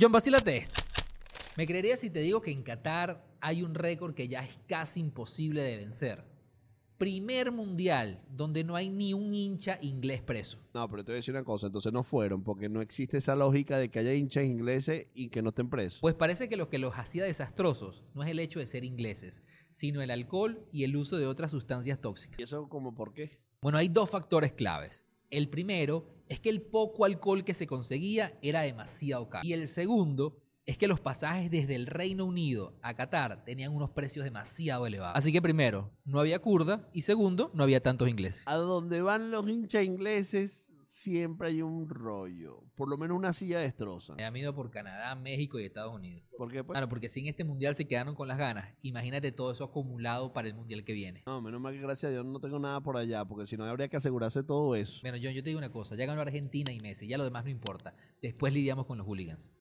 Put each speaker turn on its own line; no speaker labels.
John, vacílate esto. Me creería si te digo que en Qatar hay un récord que ya es casi imposible de vencer. Primer mundial donde no hay ni un hincha inglés preso.
No, pero te voy a decir una cosa, entonces no fueron, porque no existe esa lógica de que haya hinchas ingleses y que no estén presos.
Pues parece que lo que los hacía desastrosos no es el hecho de ser ingleses, sino el alcohol y el uso de otras sustancias tóxicas.
¿Y eso como por qué?
Bueno, hay dos factores claves. El primero es que el poco alcohol que se conseguía era demasiado caro. Y el segundo es que los pasajes desde el Reino Unido a Qatar tenían unos precios demasiado elevados. Así que primero, no había kurda y segundo, no había tantos ingleses.
A donde van los hinchas ingleses siempre hay un rollo, por lo menos una silla destroza.
Me han ido por Canadá, México y Estados Unidos.
Porque pues, después...
Claro, porque si en este mundial se quedaron con las ganas, imagínate todo eso acumulado para el mundial que viene.
No, menos mal que gracias a Dios no tengo nada por allá, porque si no habría que asegurarse todo eso.
Bueno, John, yo te digo una cosa, ya ganó Argentina y Messi, ya lo demás no importa. Después lidiamos con los hooligans.